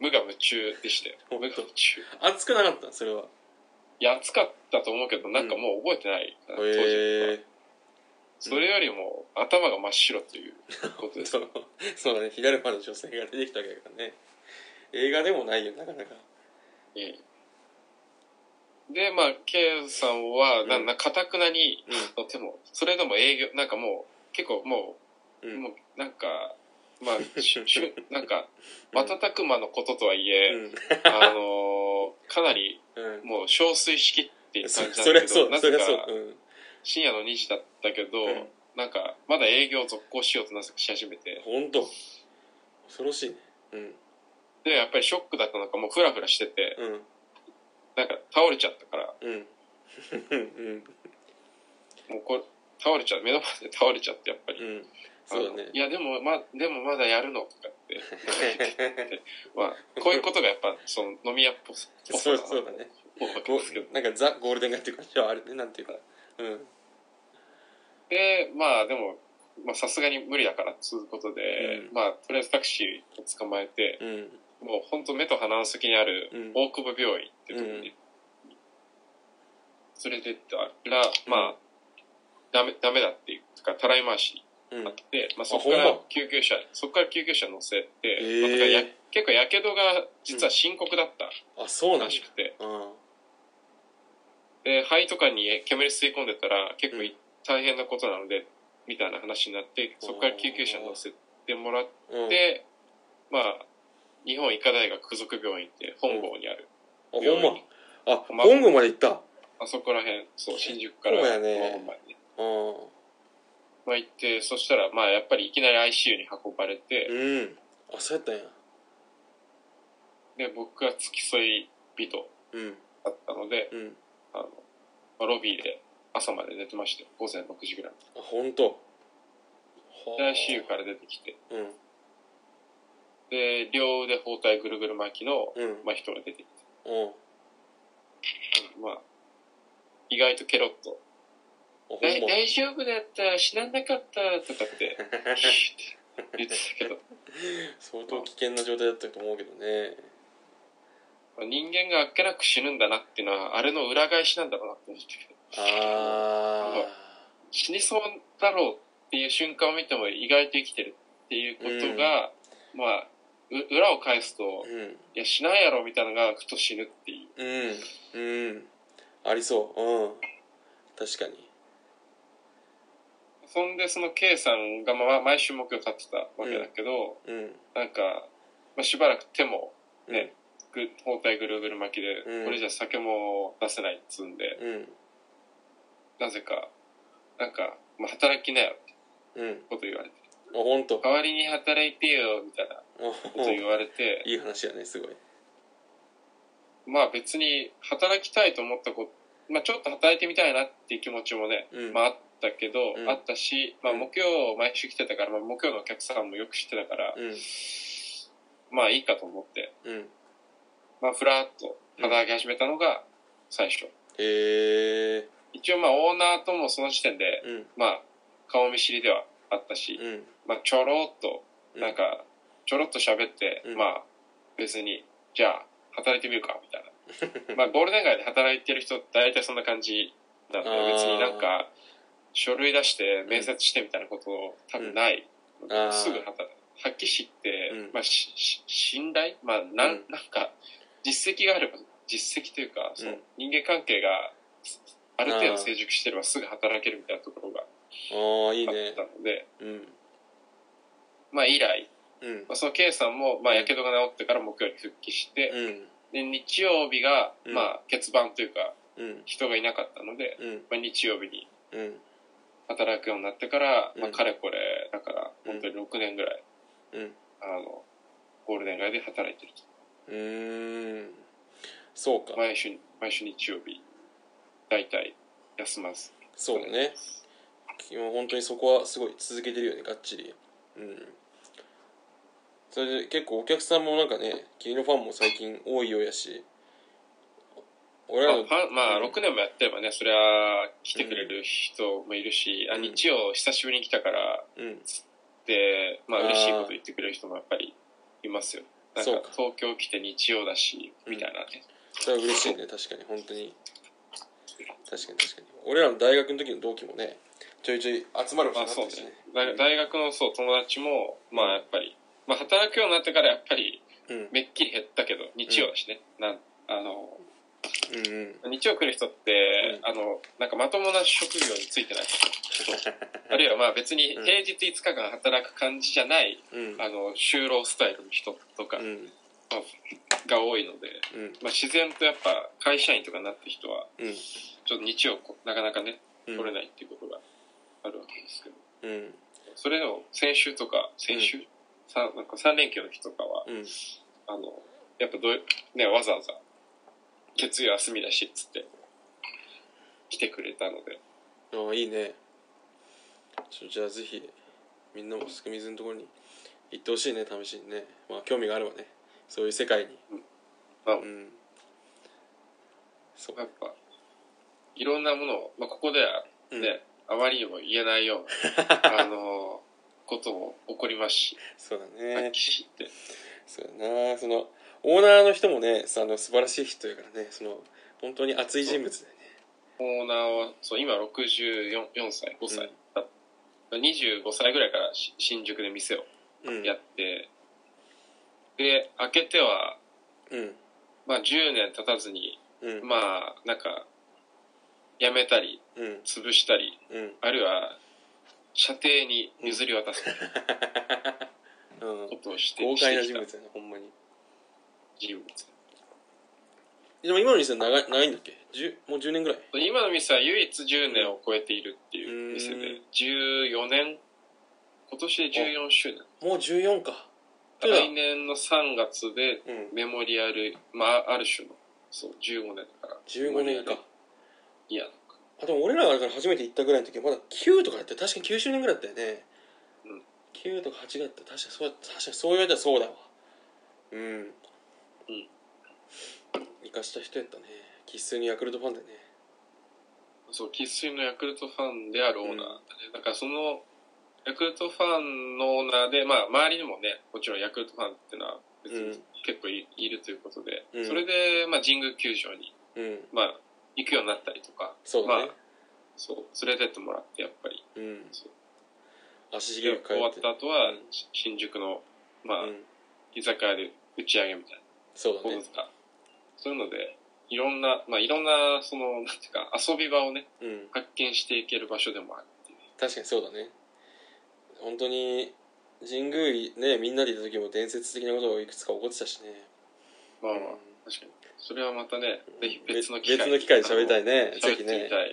[SPEAKER 2] 無我夢中でしたよ無
[SPEAKER 1] 本
[SPEAKER 2] 我
[SPEAKER 1] 当
[SPEAKER 2] 夢中
[SPEAKER 1] 熱くなかったそれはい
[SPEAKER 2] や暑かったと思うけどなんかもう覚えてない、当時
[SPEAKER 1] へえ
[SPEAKER 2] それよりも頭が真っ白ということで
[SPEAKER 1] (laughs)
[SPEAKER 2] す
[SPEAKER 1] そうそうだね火だるまの女性が出てきたわけだからね映画でもないよなかなか
[SPEAKER 2] ええでまあ K さんはな
[SPEAKER 1] うん
[SPEAKER 2] なかたくなに、
[SPEAKER 1] う
[SPEAKER 2] でもそれでも営業なんかもう結構もう
[SPEAKER 1] うん
[SPEAKER 2] もうなんかま
[SPEAKER 1] (laughs)
[SPEAKER 2] あしゅしゅなんか瞬く間のこととはいえ、あのーかなり
[SPEAKER 1] うんうん
[SPEAKER 2] もう憔悴しきっていう
[SPEAKER 1] そ
[SPEAKER 2] 感じ
[SPEAKER 1] そ
[SPEAKER 2] なんだ
[SPEAKER 1] り
[SPEAKER 2] け
[SPEAKER 1] ゃそ
[SPEAKER 2] ど
[SPEAKER 1] う
[SPEAKER 2] な
[SPEAKER 1] そ
[SPEAKER 2] ぜ
[SPEAKER 1] り
[SPEAKER 2] か
[SPEAKER 1] ゃそううん
[SPEAKER 2] 深夜の2時だったけど、
[SPEAKER 1] うん
[SPEAKER 2] なんかまだ営業を続行しようとなぜかし始めて
[SPEAKER 1] 本当恐ろしいねうん
[SPEAKER 2] でやっぱりショックだったのかもうフラフラしてて
[SPEAKER 1] うん
[SPEAKER 2] なんか倒れちゃったから
[SPEAKER 1] うんうん
[SPEAKER 2] もうこれ倒れちゃう目の前で倒れちゃってやっぱり、
[SPEAKER 1] うんそうだ
[SPEAKER 2] あの
[SPEAKER 1] ね
[SPEAKER 2] いやでもまでもまだやるのとかって、
[SPEAKER 1] (laughs)
[SPEAKER 2] まあ、こういうことがやっぱその飲み屋っぽさぽ
[SPEAKER 1] そ
[SPEAKER 2] さ
[SPEAKER 1] う
[SPEAKER 2] だな
[SPEAKER 1] そうだね
[SPEAKER 2] 思うわけ
[SPEAKER 1] ゴ
[SPEAKER 2] ですけど
[SPEAKER 1] なんかザ・ゴールデン街っていう感じはあるねなんていうかうん
[SPEAKER 2] でまあでもまあさすがに無理だからっつうことで、
[SPEAKER 1] うん
[SPEAKER 2] まあとりあえずタクシーを捕まえて
[SPEAKER 1] うん
[SPEAKER 2] もう本当目と鼻の先にある
[SPEAKER 1] うん
[SPEAKER 2] 大久保病院ってとこに連れてったら、まあダメダメだっていうかたらい回し
[SPEAKER 1] うん
[SPEAKER 2] になって、まあ、そ
[SPEAKER 1] ほ
[SPEAKER 2] こか
[SPEAKER 1] ん
[SPEAKER 2] ら
[SPEAKER 1] ま
[SPEAKER 2] 救急車そこから救急車乗せて、
[SPEAKER 1] へえ
[SPEAKER 2] まあだからや結構やけどが実は深刻だった
[SPEAKER 1] あそうなん
[SPEAKER 2] ら
[SPEAKER 1] だ
[SPEAKER 2] しくて、
[SPEAKER 1] うん
[SPEAKER 2] で肺とかに煙吸い込んでたら結構い大変なことなのでみたいな話になってそこから救急車乗せてもらっ
[SPEAKER 1] うん
[SPEAKER 2] で、まあ、日本医科大学附属病院って本郷にある、
[SPEAKER 1] あほんまあ
[SPEAKER 2] ま
[SPEAKER 1] 本郷まで行った
[SPEAKER 2] あそこら辺そう新宿から
[SPEAKER 1] そうやね
[SPEAKER 2] まあ本番に
[SPEAKER 1] うん
[SPEAKER 2] まあ、行ってそしたらまあやっぱりいきなり ICU に運ばれて、
[SPEAKER 1] うんあそうやったんや
[SPEAKER 2] で僕が付き添い人
[SPEAKER 1] うん
[SPEAKER 2] だったので
[SPEAKER 1] うん
[SPEAKER 2] あの、まあ、ロビーで朝まで寝てましたよ午前6時ぐらい
[SPEAKER 1] あ本当は
[SPEAKER 2] で ICU から出てきて
[SPEAKER 1] うん
[SPEAKER 2] で両腕包帯ぐるぐる巻きの、
[SPEAKER 1] うん
[SPEAKER 2] まあ、人が出てきて、
[SPEAKER 1] うんあ
[SPEAKER 2] まあ、意外とケロッと
[SPEAKER 1] ほん
[SPEAKER 2] 大
[SPEAKER 1] ま
[SPEAKER 2] 大丈夫だった死ななかったとかって言ってたけど、
[SPEAKER 1] 相当危険な状態だったと思うけどね
[SPEAKER 2] まあ人間があっけなく死ぬんだなっていうのはあれの裏返しなんだろうなって思ったけど
[SPEAKER 1] あ
[SPEAKER 2] 死にそうだろうっていう瞬間を見ても意外と生きてるっていうことが、まあう裏を返すと
[SPEAKER 1] あうん
[SPEAKER 2] いや死ないやろみたいなのがふと死ぬっていう
[SPEAKER 1] うんうんありそううん確かに
[SPEAKER 2] そんでその K さんが、まあ、毎週木曜立ってたわけだけど、
[SPEAKER 1] うん
[SPEAKER 2] なんか、まあ、しばらく手も
[SPEAKER 1] うん
[SPEAKER 2] ねぐ包帯ぐるぐる巻きで、
[SPEAKER 1] うん
[SPEAKER 2] これじゃ酒も出せないっつうんで
[SPEAKER 1] うん
[SPEAKER 2] なぜかなんか、まあ、働きなよって
[SPEAKER 1] うんあ
[SPEAKER 2] こと言われて
[SPEAKER 1] 本当
[SPEAKER 2] 代わりに働いてよみたいなこと
[SPEAKER 1] お
[SPEAKER 2] 言われて
[SPEAKER 1] いい話やねすごい
[SPEAKER 2] まあ別に働きたいと思ったこと、まあ、ちょっと働いてみたいなっていう気持ちもね、
[SPEAKER 1] うん
[SPEAKER 2] まああったけど、
[SPEAKER 1] うん
[SPEAKER 2] あったし、まあ、
[SPEAKER 1] うん
[SPEAKER 2] 木曜毎週来てたから、まあ、木曜のお客さんもよく知ってたから、
[SPEAKER 1] うん
[SPEAKER 2] まあいいかと思って、
[SPEAKER 1] うん
[SPEAKER 2] まあ、ふらっと働き始めたのが最初、
[SPEAKER 1] へえ
[SPEAKER 2] 一応まあオーナーともその時点で、
[SPEAKER 1] うん
[SPEAKER 2] まあ、顔見知りではあったし、
[SPEAKER 1] うん
[SPEAKER 2] まあ、ちょろっと
[SPEAKER 1] う
[SPEAKER 2] なんかちょろっと喋って、
[SPEAKER 1] うん
[SPEAKER 2] まあ別にじゃあ働いてみるかみたい
[SPEAKER 1] (laughs)
[SPEAKER 2] なまあゴールデン街で働いてる人大体そんな感じなんで
[SPEAKER 1] あー
[SPEAKER 2] 別になんか書類出して面接してみたいなこと多分ない、
[SPEAKER 1] あー
[SPEAKER 2] すぐ働く発揮士って、
[SPEAKER 1] うん
[SPEAKER 2] まあ、しし信頼まあなん,、
[SPEAKER 1] うん
[SPEAKER 2] なんか実績があれば実績というか、その
[SPEAKER 1] うん
[SPEAKER 2] 人間関係がある程度成熟してればすぐ働けるみたいなところがあ
[SPEAKER 1] ああいい
[SPEAKER 2] っ
[SPEAKER 1] ね
[SPEAKER 2] たので、
[SPEAKER 1] うん
[SPEAKER 2] まあ以来
[SPEAKER 1] うん
[SPEAKER 2] まあ、その K さんも、まあ、やけどが治ってから木曜に復帰して、
[SPEAKER 1] うん
[SPEAKER 2] で日曜日が、
[SPEAKER 1] うん
[SPEAKER 2] まあ、欠番というか
[SPEAKER 1] うん
[SPEAKER 2] 人がいなかったので、
[SPEAKER 1] うん
[SPEAKER 2] まあ、日曜日に
[SPEAKER 1] うん
[SPEAKER 2] 働くようになってから、
[SPEAKER 1] う
[SPEAKER 2] まあ、
[SPEAKER 1] ん
[SPEAKER 2] かれこれだから
[SPEAKER 1] うん
[SPEAKER 2] 本当に6年ぐらい、
[SPEAKER 1] うん
[SPEAKER 2] あのゴールデン街で働いてる
[SPEAKER 1] うーんそうか
[SPEAKER 2] と毎週毎週日曜日大体休まず
[SPEAKER 1] そうだね今本当にそこはすごい続けてるよねがっちりうんそれで結構お客さんもなんかね君のファンも最近多いようやし俺
[SPEAKER 2] まあ
[SPEAKER 1] らの
[SPEAKER 2] ファンまあ、
[SPEAKER 1] うん
[SPEAKER 2] 6年もやってればねそりゃ来てくれる人もいるし、あ
[SPEAKER 1] うん
[SPEAKER 2] 日曜久しぶりに来たから
[SPEAKER 1] うん
[SPEAKER 2] で、まあ
[SPEAKER 1] あー
[SPEAKER 2] 嬉しいこと言ってくれる人もやっぱりいますよ。なんか
[SPEAKER 1] そうか
[SPEAKER 2] 東京来て日曜だし、みたいなね。
[SPEAKER 1] それは嬉しいね確かに本当に確かに確かに俺らの大学の時の同期もねちょいちょい集まる場
[SPEAKER 2] まあ
[SPEAKER 1] 所
[SPEAKER 2] そう
[SPEAKER 1] になって
[SPEAKER 2] で
[SPEAKER 1] るし
[SPEAKER 2] すね
[SPEAKER 1] ね。
[SPEAKER 2] 大大学のそう友達も、まあやっぱり、まあ働くようになってからやっぱり
[SPEAKER 1] うん
[SPEAKER 2] めっきり減ったけど、日曜だしね。なんあの
[SPEAKER 1] うんうん
[SPEAKER 2] 日曜来る人って、
[SPEAKER 1] う
[SPEAKER 2] あのなんかまともな職業について (laughs) ない人あるいはまあ別に平日5日間働く感じじゃない、
[SPEAKER 1] うん
[SPEAKER 2] あの就労スタイルの人とか
[SPEAKER 1] うん
[SPEAKER 2] が多いので、
[SPEAKER 1] うん
[SPEAKER 2] まあ、自然とやっぱ会社員とかになった人は
[SPEAKER 1] うん
[SPEAKER 2] ちょっと日曜こなかなかね
[SPEAKER 1] うん
[SPEAKER 2] 取れないっていうことがあるわけですけど、
[SPEAKER 1] うん
[SPEAKER 2] それでも先週とか先週、さなんか3連休の日とかは
[SPEAKER 1] うん
[SPEAKER 2] あのやっぱどうねわざわざ月曜休みだしっつって来てくれたので
[SPEAKER 1] ああいいねちょじゃあぜひみんなもすくみずのところに行ってほしいね試しにねまあ興味があればねそういう世界に
[SPEAKER 2] まあ
[SPEAKER 1] うんそう
[SPEAKER 2] やっぱいろんなものを、まあ、ここでは
[SPEAKER 1] うん
[SPEAKER 2] ね、あまりにも言えないよう
[SPEAKER 1] (laughs)
[SPEAKER 2] なあのことも起こりますし
[SPEAKER 1] そうだ
[SPEAKER 2] 発
[SPEAKER 1] ね
[SPEAKER 2] 揮して
[SPEAKER 1] そうだなそのオーナーの人もねその素晴らしい人やからねその本当に熱い人物だよね
[SPEAKER 2] オーナーはそう今64 4歳5歳だった、25歳ぐらいからし新宿で店を
[SPEAKER 1] うん
[SPEAKER 2] やって、で開けては、
[SPEAKER 1] うん
[SPEAKER 2] まあ、10年経たずに
[SPEAKER 1] うん
[SPEAKER 2] まあなんか辞めたり
[SPEAKER 1] うん
[SPEAKER 2] 潰したり
[SPEAKER 1] うん (laughs)
[SPEAKER 2] あるいは射程に譲り渡す
[SPEAKER 1] うん
[SPEAKER 2] ことをして,、
[SPEAKER 1] 豪
[SPEAKER 2] して
[SPEAKER 1] 快な
[SPEAKER 2] き
[SPEAKER 1] 人
[SPEAKER 2] た
[SPEAKER 1] 物やなほんまに
[SPEAKER 2] 人物
[SPEAKER 1] でも今の店長い長いんだっけ10もう10年ぐらい
[SPEAKER 2] 今の店は唯一10年を超えているっていう店
[SPEAKER 1] うん
[SPEAKER 2] で14年今年で14周年
[SPEAKER 1] もう14かそうだ
[SPEAKER 2] 来年の3月で
[SPEAKER 1] うん
[SPEAKER 2] メモリアル、まあ、ある種の、そう、15年だから。
[SPEAKER 1] 15年か。
[SPEAKER 2] いや、
[SPEAKER 1] あでも俺らがあれから初めて行ったぐらいの時はまだ9とかだったよ確かに9周年ぐらいだったよね、
[SPEAKER 2] うん
[SPEAKER 1] 9とか8だった確かにそうだった確かにそう言われたらそうだわうんうん生かした人やったね生粋にヤクルトファンだよね
[SPEAKER 2] そう、生粋のヤクルトファンであるオーナーだね。だからその、ヤクルトファンのオーナーで、まあ、周りにもね、もちろんヤクルトファンっていうのは別
[SPEAKER 1] うん
[SPEAKER 2] に結構い,、るということで、
[SPEAKER 1] うん
[SPEAKER 2] それで、まあ、神宮球場に、
[SPEAKER 1] うん
[SPEAKER 2] まあ、行くようになったりとか、
[SPEAKER 1] そうだね、
[SPEAKER 2] まあ、そう、連れてってもらって、やっぱり、
[SPEAKER 1] うん
[SPEAKER 2] そう
[SPEAKER 1] 足し
[SPEAKER 2] 終
[SPEAKER 1] げく通
[SPEAKER 2] わっ
[SPEAKER 1] って
[SPEAKER 2] た後は、
[SPEAKER 1] うん
[SPEAKER 2] し新宿の、まあ、
[SPEAKER 1] うん、
[SPEAKER 2] 居酒屋で打ち上げみたいな。
[SPEAKER 1] そうだ
[SPEAKER 2] そう
[SPEAKER 1] ね
[SPEAKER 2] ですか。そういうので、いろんな、まあ、いろんな、その、なんていうか、遊び場をね、
[SPEAKER 1] うん
[SPEAKER 2] 発見していける場所でもあるっていう。
[SPEAKER 1] 確かにそうだね本当に神宮いねみんなでいた時も伝説的なことがいくつか起こってたしね
[SPEAKER 2] まあまあ、確かに。それはまたね、ぜひ別の
[SPEAKER 1] 別の機会で喋りたい
[SPEAKER 2] ね。
[SPEAKER 1] ねぜ
[SPEAKER 2] 喋って
[SPEAKER 1] ひ
[SPEAKER 2] みた
[SPEAKER 1] ね
[SPEAKER 2] い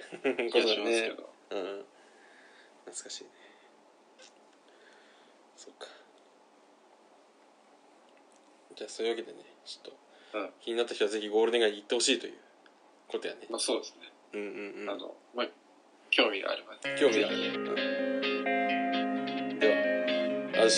[SPEAKER 1] こと
[SPEAKER 2] 気が
[SPEAKER 1] だ
[SPEAKER 2] します
[SPEAKER 1] ね
[SPEAKER 2] けど。
[SPEAKER 1] (laughs) うん懐かしいねそっかじゃあそういうわけでねちょっと、
[SPEAKER 2] うん
[SPEAKER 1] 気になった人はぜひゴールデン街に行ってほしいということやね
[SPEAKER 2] まあそうですね。
[SPEAKER 1] うんうんう
[SPEAKER 2] あ
[SPEAKER 1] ん
[SPEAKER 2] の、まあ、興味があればね。
[SPEAKER 1] 興味があるね、うんでは明日